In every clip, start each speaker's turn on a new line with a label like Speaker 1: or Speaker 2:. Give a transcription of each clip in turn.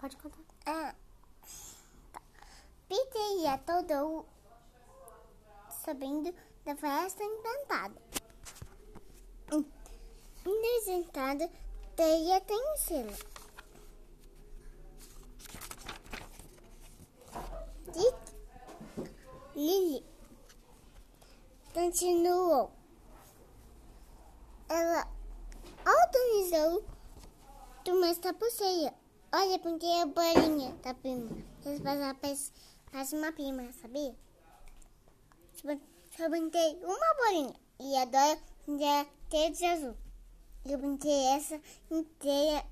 Speaker 1: Pode contar.
Speaker 2: Ah. Tá. Peter e a Todou sabendo da festa encantada. Hum. Desencantada teria tem um selo. Dick, Lily continuou. Ela organizou uma tapuceia. tá Olha, porque a bolinha da prima. Eles passaram faz uma prima, sabia? Só brinquei uma bolinha. E adoro brincar teia de azul. Eu brinquei essa inteira,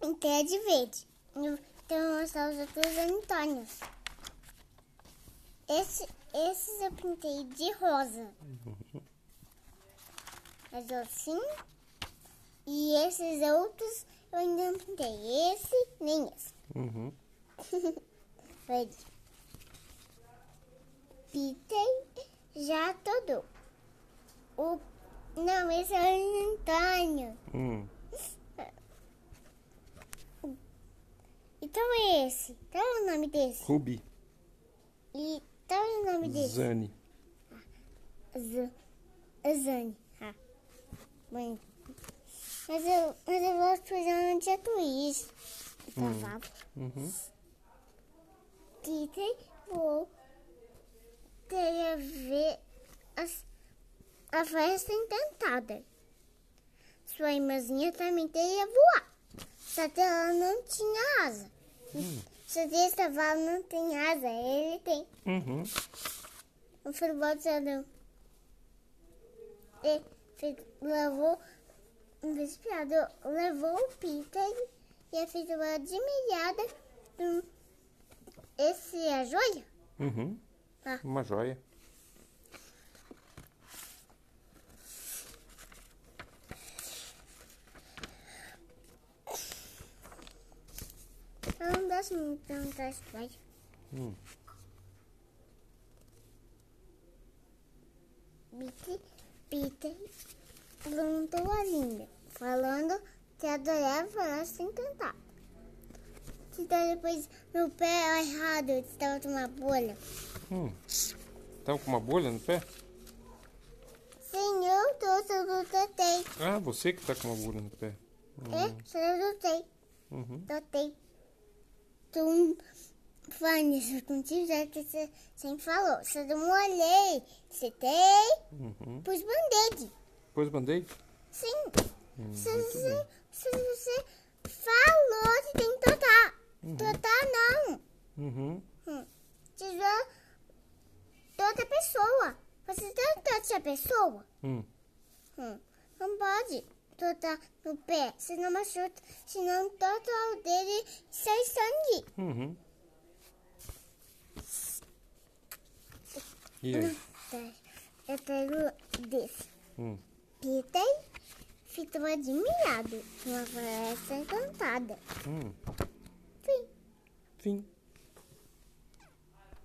Speaker 2: inteira de verde. Então, Eu tenho mostrar os outros Antônios. Esse, esses eu pintei de rosa.
Speaker 1: Uhum.
Speaker 2: Mas assim. E esses outros eu ainda não pintei. Esse, nem esse.
Speaker 1: Uhum.
Speaker 2: Verde. Pintei já todo. O, não, esse é o Antônio.
Speaker 1: Hum.
Speaker 2: Então é esse. Qual é o nome desse?
Speaker 1: Ruby.
Speaker 2: E qual é o nome desse?
Speaker 1: Zane.
Speaker 2: Z- Zane. Ah. Bem. Mas eu, mas eu vou fazer um Então, dia twist. Por favor.
Speaker 1: Uhum.
Speaker 2: Peter vou ter a ver as- a festa encantada. Sua irmãzinha também teria voar. Só que ela não tinha asa. Só que esse cavalo não tem asa. Ele tem
Speaker 1: Uhum.
Speaker 2: o futebol de salão. E fe- levou É, um vestido, levou o Peter e a fez uma admirada. Hum, Esse é a joia?
Speaker 1: Uhum.
Speaker 2: Ah.
Speaker 1: Uma joia.
Speaker 2: Eu não gosto muito de um contar história.
Speaker 1: Hum.
Speaker 2: Peter, Peter levantou a língua, falando que adorava ela sem cantar. Então depois meu pé era errado, eu estava com uma bolha.
Speaker 1: Hum. Tava Tá com uma bolha no pé?
Speaker 2: Sim, eu trouxe, eu lutei.
Speaker 1: Ah, você que tá com uma bolha no pé.
Speaker 2: É, só eu lutei.
Speaker 1: Uhum.
Speaker 2: Lutei. Tum. Vanessa, contigo já que você sempre falou. Só eu molhei. Citei.
Speaker 1: Uhum.
Speaker 2: Pus band-aid.
Speaker 1: Pôs band-aid?
Speaker 2: Sim. Se
Speaker 1: muito
Speaker 2: você, se você falou que tem que totar. Totar não. Hum.
Speaker 1: Uhum.
Speaker 2: Tirar de outra pessoa. Você tem que totar a pessoa.
Speaker 1: Hum.
Speaker 2: Hum, Não pode totar no pé. Senão machuca. Senão tota o dedo e sai sangue.
Speaker 1: Uhum. E aí?
Speaker 2: Eu pego desse.
Speaker 1: Hum.
Speaker 2: Peter ficou admirado. com Uma floresta encantada.
Speaker 1: Hum.
Speaker 2: Fim.
Speaker 1: Fim.